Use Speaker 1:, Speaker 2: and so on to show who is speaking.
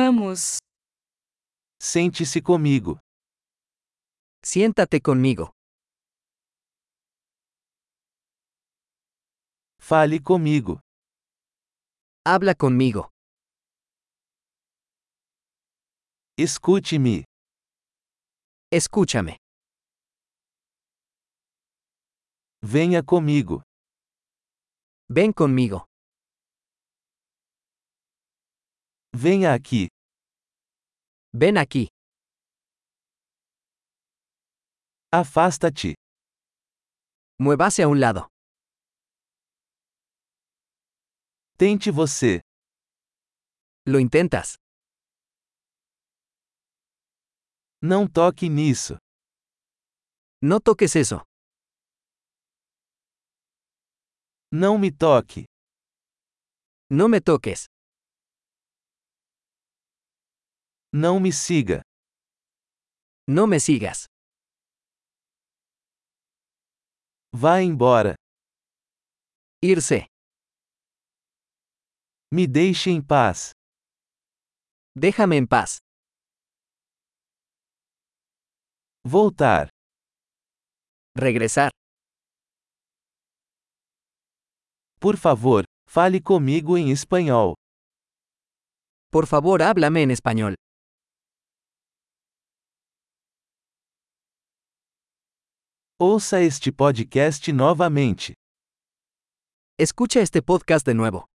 Speaker 1: Vamos.
Speaker 2: Sente-se comigo.
Speaker 3: Siéntate conmigo.
Speaker 2: Fale comigo.
Speaker 3: Habla conmigo.
Speaker 2: Escute-me.
Speaker 3: Escúchame.
Speaker 2: Venha comigo.
Speaker 3: Ven conmigo.
Speaker 2: Venha aqui.
Speaker 3: Ven aquí.
Speaker 2: Afasta-te.
Speaker 3: Muévase a un lado.
Speaker 2: Tente você.
Speaker 3: Lo intentas.
Speaker 2: Não toque nisso.
Speaker 3: No toques eso.
Speaker 2: Não me toque.
Speaker 3: No me toques.
Speaker 2: Não me siga.
Speaker 3: No me sigas.
Speaker 2: Vá embora.
Speaker 3: Irse.
Speaker 2: Me deixe em paz.
Speaker 3: Déjame en paz.
Speaker 2: Voltar.
Speaker 3: Regresar.
Speaker 2: Por favor, fale comigo em espanhol.
Speaker 3: Por favor, háblame en español.
Speaker 2: Ouça este podcast novamente.
Speaker 3: Escucha este podcast de nuevo.